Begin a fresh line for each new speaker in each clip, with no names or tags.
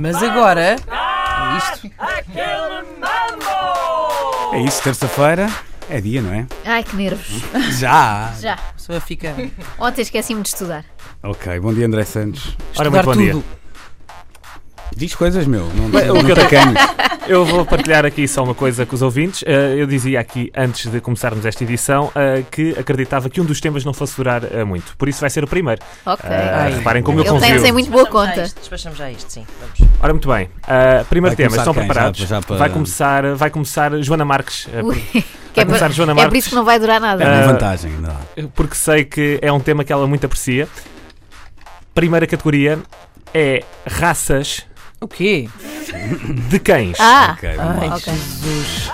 Mas agora. É isto?
É isso, terça-feira é dia, não é?
Ai, que nervos.
Uhum.
Já!
Já.
A pessoa fica.
Ontem esqueci-me de estudar.
Ok, bom dia André Santos.
Estudar
muito bom
tudo.
dia.
Diz coisas, meu, não,
Bem,
não,
o que eu-
te acanhes.
Eu vou partilhar aqui só uma coisa com os ouvintes. Eh, eu dizia aqui, antes de começarmos esta edição, eh, que acreditava que um dos temas não fosse durar eh, muito. Por isso vai ser o primeiro.
Ok.
Eh,
Ai.
reparem como eu
Ele tem de ser
confio.
muito boa conta.
Despachamos já isto, sim. Vamos.
Ora, muito bem. Eh, primeiro
Vai
tema,
começar
estão
quem? Já-
preparados?
já para-
Vai, começar, vai começar Joana Marques. eh,
Ui, que
Vai
é, por-
começar Joana
é por
Marques.
isso que não vai durar
É
nada.
uma
Ah.
vantagem, é? ainda lá.
porque sei que é um tema que ela muito aprecia. Primeira categoria é raças
O quê?
de cães.
Ah,
Ok, vamos
Ai,
lá.
Ok.
Jesus.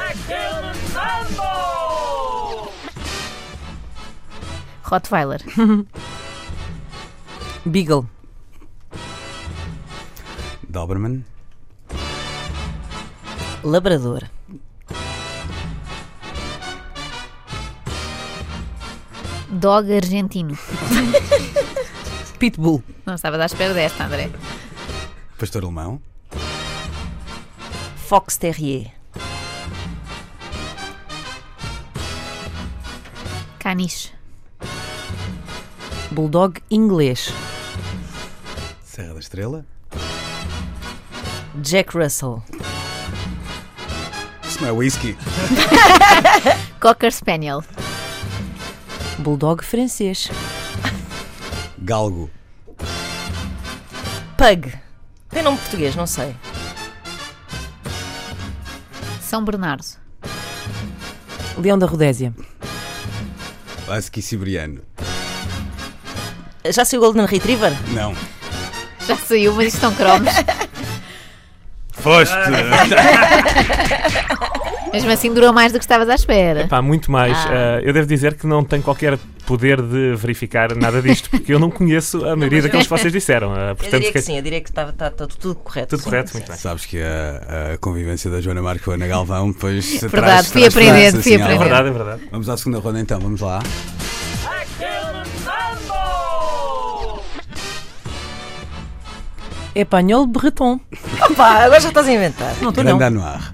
Rottweiler.
Beagle.
Doberman,
Labrador.
Dog argentino.
Pitbull.
Não estava à espera desta, André.
pastor alemão,
Fox Terrier.
Caniche.
Bulldog inglês.
Serra da Estrela,
Jack Russell.
isso não é whisky,
Cocker Spaniel.
Bulldog francês.
galgo,
Pug. Tem nome português, não sei.
São Bernardo.
Leão da Rodésia.
husky siberiano.
Já saiu o Golden Retriever?
Não.
Já saiu, mas isto são cromos.
Foste!
Mesmo assim durou mais do que estavas à espera.
Pá, muito mais.
Ah.
Eh, eu devo dizer que não tenho qualquer poder de verificar nada disto, porque eu não conheço a maioria daqueles que vocês disseram. eh,
Eu
portanto,
diria que
que-
sim, eu diria que está está- está tudo correto.
Tudo
sim.
correto, muito bem.
Sabes que a, a convivência da Joana Marques com a Ana Galvão depois Verdade,
fui aprender, fui
É
aprender.
verdade, é verdade.
Vamos à segunda ronda então, vamos lá.
É Espanhol Breton.
Opa, agora já estás a inventar. Não estou, não.
Grande Anuar.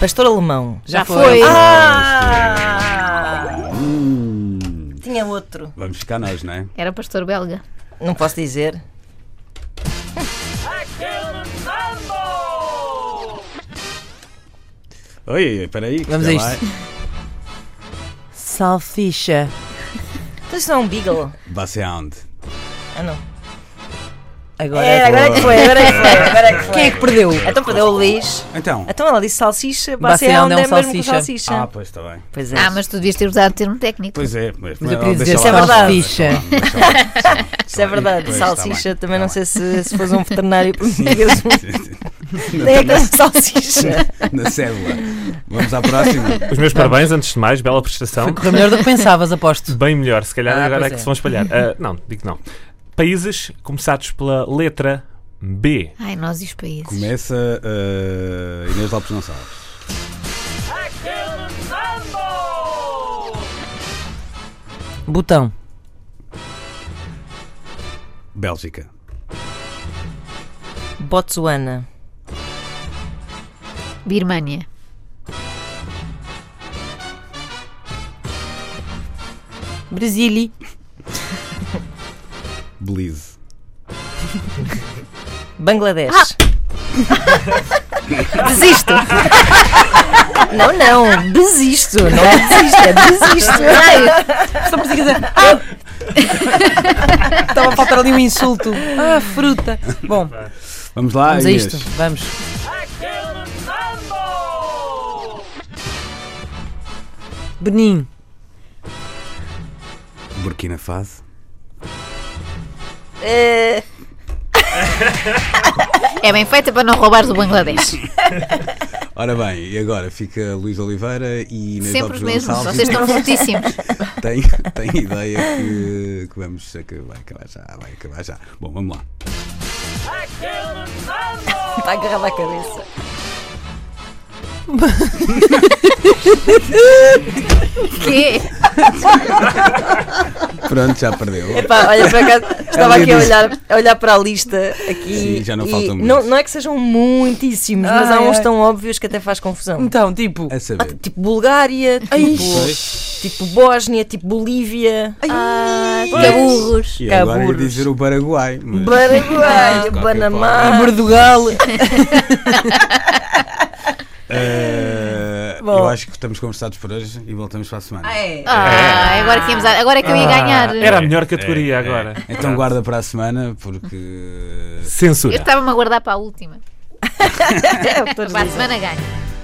Pastor alemão.
Já foi.
Ah!
Ah.
Tinha outro.
Vamos ficar nós, não é?
Era pastor belga.
Não posso dizer.
Oi, espera aí.
Vamos
já
a isto.
vai.
Salsicha.
Então isto não é um beagle?
Basseound.
Ah, não. Agora é, agora é que foi, agora é que foi, agora é que foi. Quem é que perdeu? Então perdeu o Luís.
Então.
Então ela disse salsicha,
Bacião
bacião
não
é
é um
mesmo com
salsicha.
salsicha.
Ah, pois está bem.
pois é.
Ah, mas tu devias ter usado o termo técnico.
Pois é, mas,
eu queria dizer
deixa lá,
salsicha.
deixa lá, deixa lá, deixa lá, deixa
Isso é
lá.
verdade,
Pois, está
salsicha
bem,
também
está
não sei se, se fosse um veterinário português.
bem.
Nem é que é salsicha.
Na célula. Vamos à próxima.
Os meus parabéns, antes de mais, bela prestação.
Correu melhor do que pensavas, aposto.
Bem melhor, se calhar
Ah,
agora é
pois
que
é.
se vão espalhar. Ah, não, digo não. Países começados pela letra B.
Ai, nós e os países.
Começa eh, Inês Lopes Gonçalves.
Botão.
Bélgica.
Botsuana.
Birmânia.
Brasília.
Belize.
Bangladesh.
Desisto.
Não, não, desisto. Não desisto, é desisto.
Ai,
Estamos a dizer. Ah! Estava a faltar ali um insulto. Ah, fruta. Bom,
Vamos lá,
vamos a
Inês.
isto. Vamos. Benin.
Burkina Faso.
Eh,
É bem feita para não roubares o Bangladesh.
Ora bem, e agora fica Luís Oliveira e Inês
Sempre
Lopes
os mesmos.
Gonçalves.
Vocês estão fortíssimos.
Tem, tem ideia que, que vamos que vai acabar já, vai acabar já. Bom, vamos lá.
Está agarrado à cabeça.
é? Quê?
Pronto, já perdeu.
Pá, olha, por acaso, estava aqui a
disse.
olhar, a olhar para a lista aqui.
Sim, já não
e
faltam
não,
muitos.
não é que sejam muitíssimos, mas
Ai,
há uns
ai.
tão óbvios que até faz confusão.
Então, tipo.
A
Ah,
saber.
Tipo Bulgária, tipo, tipo Bósnia, tipo Bolívia. é
Ah, que burros.
E agora ia
Caburros.
dizer o Paraguai. mas-
Paraguai,
qualquer
Panamá.
Portugal.
Eh,
Bom.
eu acho que estamos conversados por hoje e voltamos para a semana.
Ah, agora que, íamos a- agora que eu ia ganhar.
É. Ah, Era É a melhor categoria agora.
Então guarda para a semana porque
Eu
Censura.
estava-me a guardar para a última.
É, todos
Para a
dizem.
semana ganho.